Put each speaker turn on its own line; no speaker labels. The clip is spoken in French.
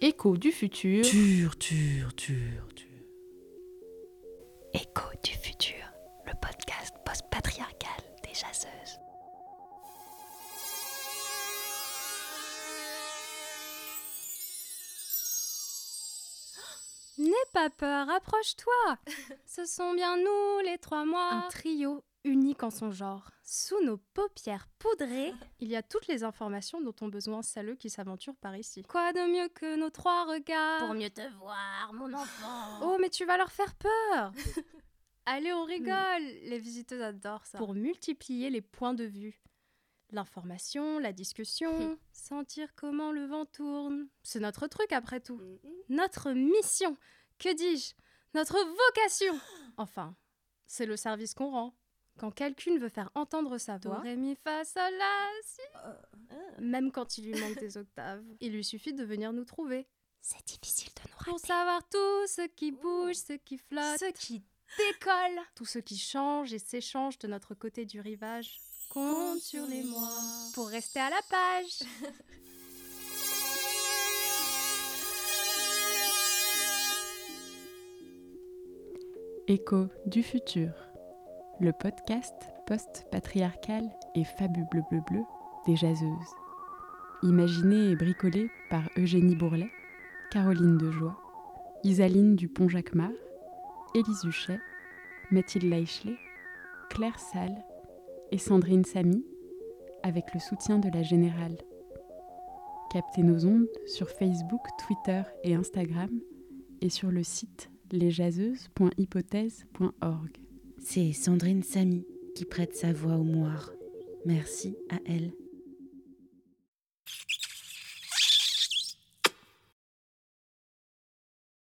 Écho du futur.
Dur, dur, dur, dur.
Écho du futur, le podcast post-patriarcal des chasseuses.
N'aie pas peur, approche-toi. Ce sont bien nous, les trois
Un
mois.
trio unique en son genre.
Sous nos paupières poudrées,
Il y a toutes les informations dont ont besoin celles qui s'aventurent par ici.
quoi de mieux que nos trois regards
mieux te voir, mon enfant.
Oh,
Oh, mais tu vas leur faire peur. Allez, on rigole. Les visiteuses adorent ça.
Hmm. Pour multiplier les points de vue. L'information, la
Hmm.
discussion.
sentir comment le vent tourne.
C'est notre truc après tout.
Hmm, Notre mission, que dis-je Notre vocation.
Enfin, c'est le service qu'on rend. Quand quelqu'un veut faire entendre sa
Do,
voix, Euh,
ré, mi, fa, sol, la, si.
même quand il lui manque des octaves, il lui suffit de venir nous trouver.
C'est difficile de nous
Pour
raconter.
savoir tout ce qui bouge, ce qui flotte, ce qui décolle.
Tout ce qui change et s'échange de notre côté du rivage.
Compte sur les mois pour rester à la page.
Écho du futur. Le podcast post-patriarcal et fabu bleu bleu bleu des jaseuses. Imaginé et bricolé par Eugénie Bourlet, Caroline Dejoie, Isaline Dupont-Jacquemart, Élise Huchet, Mathilde Leichelet, Claire Salle et Sandrine Samy, avec le soutien de la Générale. Captez nos ondes sur Facebook, Twitter et Instagram et sur le site lesjaseuses.hypothèse.org.
C'est Sandrine Samy qui prête sa voix au moire. Merci à elle.